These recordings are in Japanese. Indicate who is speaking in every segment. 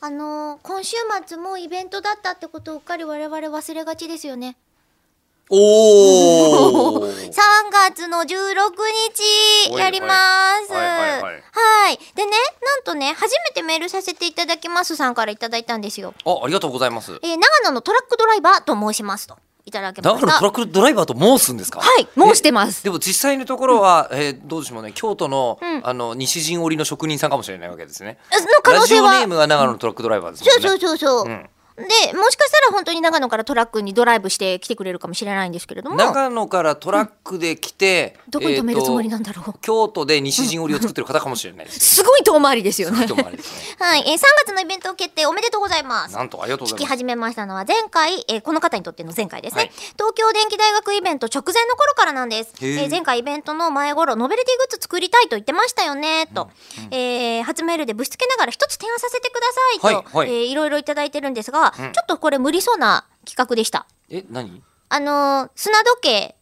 Speaker 1: あのー今週末もイベントだったってことをうっかり我々忘れがちですよね
Speaker 2: おお。
Speaker 1: 3月の16日やります。
Speaker 2: はいはいはいはいはい
Speaker 1: はい。でね、なんとね、初めてメールさせていただきますさんからいただいたんですよ。
Speaker 2: あ、ありがとうございます。
Speaker 1: えー、長野のトラックドライバーと申しますと。いただきま
Speaker 2: 長
Speaker 1: し
Speaker 2: 野
Speaker 1: た。
Speaker 2: トラックドライバーと申すんですか。
Speaker 1: はい、申してま
Speaker 2: え
Speaker 1: す。
Speaker 2: でも実際のところは、えーどうでしょうね京都の,、
Speaker 1: うん
Speaker 2: あの西陣織の職人さんかもしれないわけですね。
Speaker 1: えの可能性
Speaker 2: ラジオネー
Speaker 1: は。
Speaker 2: ムが長野のトラックドライバーですもん
Speaker 1: そう
Speaker 2: ね。
Speaker 1: そうそうそう。
Speaker 2: うん
Speaker 1: で、もしかしたら本当に長野からトラックにドライブして来てくれるかもしれないんですけれども、
Speaker 2: 長野からトラックで来て、
Speaker 1: どこに止めるつもりなんだろう。
Speaker 2: えーと京都で西陣織を作ってる方かもしれないです。
Speaker 1: すごい遠回りですよね。
Speaker 2: 人もあ れですね。
Speaker 1: はい、えー、3月のイベント決定おめでとうございます。
Speaker 2: なんとありがとうご
Speaker 1: 聞
Speaker 2: ざ
Speaker 1: き
Speaker 2: います。
Speaker 1: 始めましたのは前回、えーこの方にとっての前回ですね、
Speaker 2: はい
Speaker 1: 東京電機大学イベント直前の頃からなんです、え
Speaker 2: へー
Speaker 1: ー前回イベントの前頃ノベルティグッズ作りたいと言ってましたよねと、えー初メールでぶしつけながら一つ提案させてくださいと、
Speaker 2: はいい
Speaker 1: え
Speaker 2: はい
Speaker 1: ーいろいろいただいてるんですが、
Speaker 2: うん
Speaker 1: ちょっとこれ無理そうな企画でした
Speaker 2: え、何？
Speaker 1: あのー砂時計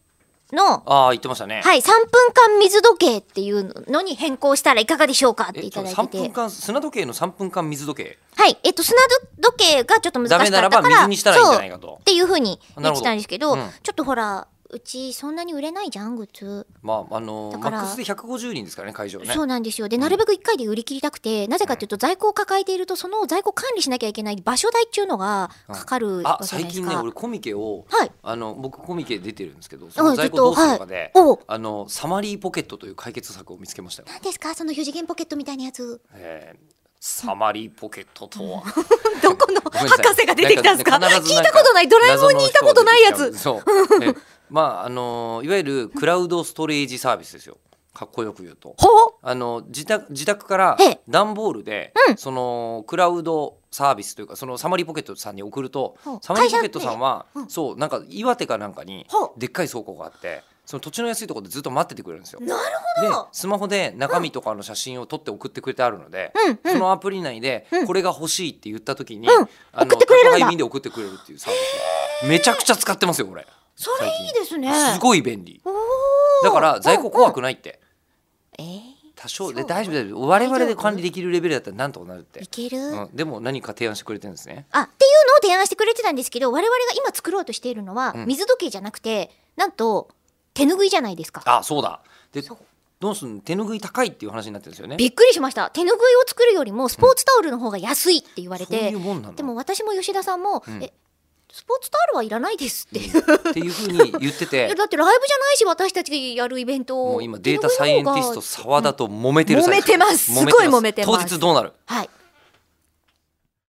Speaker 1: の
Speaker 2: ああ言ってましたね。
Speaker 1: はい、3分間水時計っていうのに変更したらいかがでしょうかって
Speaker 2: え
Speaker 1: い
Speaker 2: ちょ
Speaker 1: た
Speaker 2: っ
Speaker 1: だ
Speaker 2: と
Speaker 1: い
Speaker 2: 三
Speaker 1: て
Speaker 2: 分
Speaker 1: て。
Speaker 2: 間砂時計の三分間水時計。
Speaker 1: はい、えっと、砂時計がちょっと難しかっ
Speaker 2: ダメな
Speaker 1: た
Speaker 2: ら
Speaker 1: か
Speaker 2: ば
Speaker 1: ら、
Speaker 2: 水にしたらいいんじゃないか
Speaker 1: そう
Speaker 2: と
Speaker 1: っ。ていうふうに言
Speaker 2: なる
Speaker 1: っ
Speaker 2: ほど
Speaker 1: てたんですけど
Speaker 2: うん
Speaker 1: ちょっとほらうちそんなに売れないじゃんグッズ、
Speaker 2: まああの
Speaker 1: だ
Speaker 2: ー
Speaker 1: か
Speaker 2: マ
Speaker 1: ら
Speaker 2: ックスで150人ですからね会場ね。
Speaker 1: そうなんですよでなるべく1回で売り切りたくて、なぜかというと在庫を抱えているとその在庫管理しなきゃいけない場所代っていうのがかかるわ
Speaker 2: あ
Speaker 1: けじゃな
Speaker 2: 最
Speaker 1: いです
Speaker 2: 近
Speaker 1: か、
Speaker 2: ね俺コミケを
Speaker 1: はい
Speaker 2: あの僕コミケ出てるんですけどその在
Speaker 1: ずっ
Speaker 2: 庫
Speaker 1: と
Speaker 2: どうするかで、
Speaker 1: はいおう
Speaker 2: あのサマリーポケットという解決策を見つけましたよ。
Speaker 1: 何ですかその四次元ポケットみたいなや つ
Speaker 2: えーサマリーポケットとは
Speaker 1: どこの
Speaker 2: ごめんなさい
Speaker 1: 博士が出てきたんですか
Speaker 2: なん必ず
Speaker 1: 聞い
Speaker 2: ん
Speaker 1: た
Speaker 2: か
Speaker 1: ことないドラえもんにいたことないや
Speaker 2: 謎
Speaker 1: つ
Speaker 2: の人が出てきちゃうそう、えーまああのーいわゆるクラウドストレージサービスですよかっこよく言うと。
Speaker 1: ほ
Speaker 2: あの自宅自宅から
Speaker 1: ええ
Speaker 2: 段ボールで、そのクラウドサービスというかそのサマリーポケットさんに送ると
Speaker 1: ほう
Speaker 2: サマリーポケットさんは、
Speaker 1: 会社でうん
Speaker 2: そうなんか岩手かなんかに
Speaker 1: ほう
Speaker 2: でっかい倉庫があってその土地の安いところでずっと待っててくれるんですよ。で
Speaker 1: なるほど
Speaker 2: スマホで中身とかの写真を撮って送ってくれてあるので、
Speaker 1: うんうん
Speaker 2: そのアプリ内で
Speaker 1: うん
Speaker 2: これが欲しいって言った時に、
Speaker 1: うん
Speaker 2: あの
Speaker 1: 送ってくれるんだ
Speaker 2: 宅配便で送ってくれるっていうサービスめちゃくちゃ使ってますよこれ。
Speaker 1: それいいですね
Speaker 2: 最近すごい便利
Speaker 1: おー
Speaker 2: だから在庫怖くないって。
Speaker 1: えー
Speaker 2: 多少
Speaker 1: そ
Speaker 2: で
Speaker 1: う
Speaker 2: 大丈夫大丈夫我々
Speaker 1: 大丈
Speaker 2: で
Speaker 1: 夫
Speaker 2: 管理できるレベルだったらなんとかなるって
Speaker 1: い、ける、
Speaker 2: うん、でも何か提案してくれてるんですね
Speaker 1: あっていうのを提案してくれてたんですけど我々が今作ろうとしているのは、
Speaker 2: うん
Speaker 1: 水時計じゃなくてなんと手拭いじゃないですか
Speaker 2: あそうだで
Speaker 1: そう
Speaker 2: どうすんの手拭い高いっていう話になってるんですよね
Speaker 1: びっくりしました手拭いを作るよりもスポーツタオルの方が安いって言われ
Speaker 2: そう
Speaker 1: て、
Speaker 2: いうもんなんだ
Speaker 1: でも私も吉田さんも、
Speaker 2: うん
Speaker 1: えスポーツタオルはいらないですって、い
Speaker 2: っていうふうに言 って
Speaker 1: や
Speaker 2: て
Speaker 1: だってライブじゃないし私たちやるイベント
Speaker 2: もう今データサイエンティスト澤田と揉めてる
Speaker 1: 揉めてますすごい揉めてます
Speaker 2: 当日どうなる
Speaker 1: はい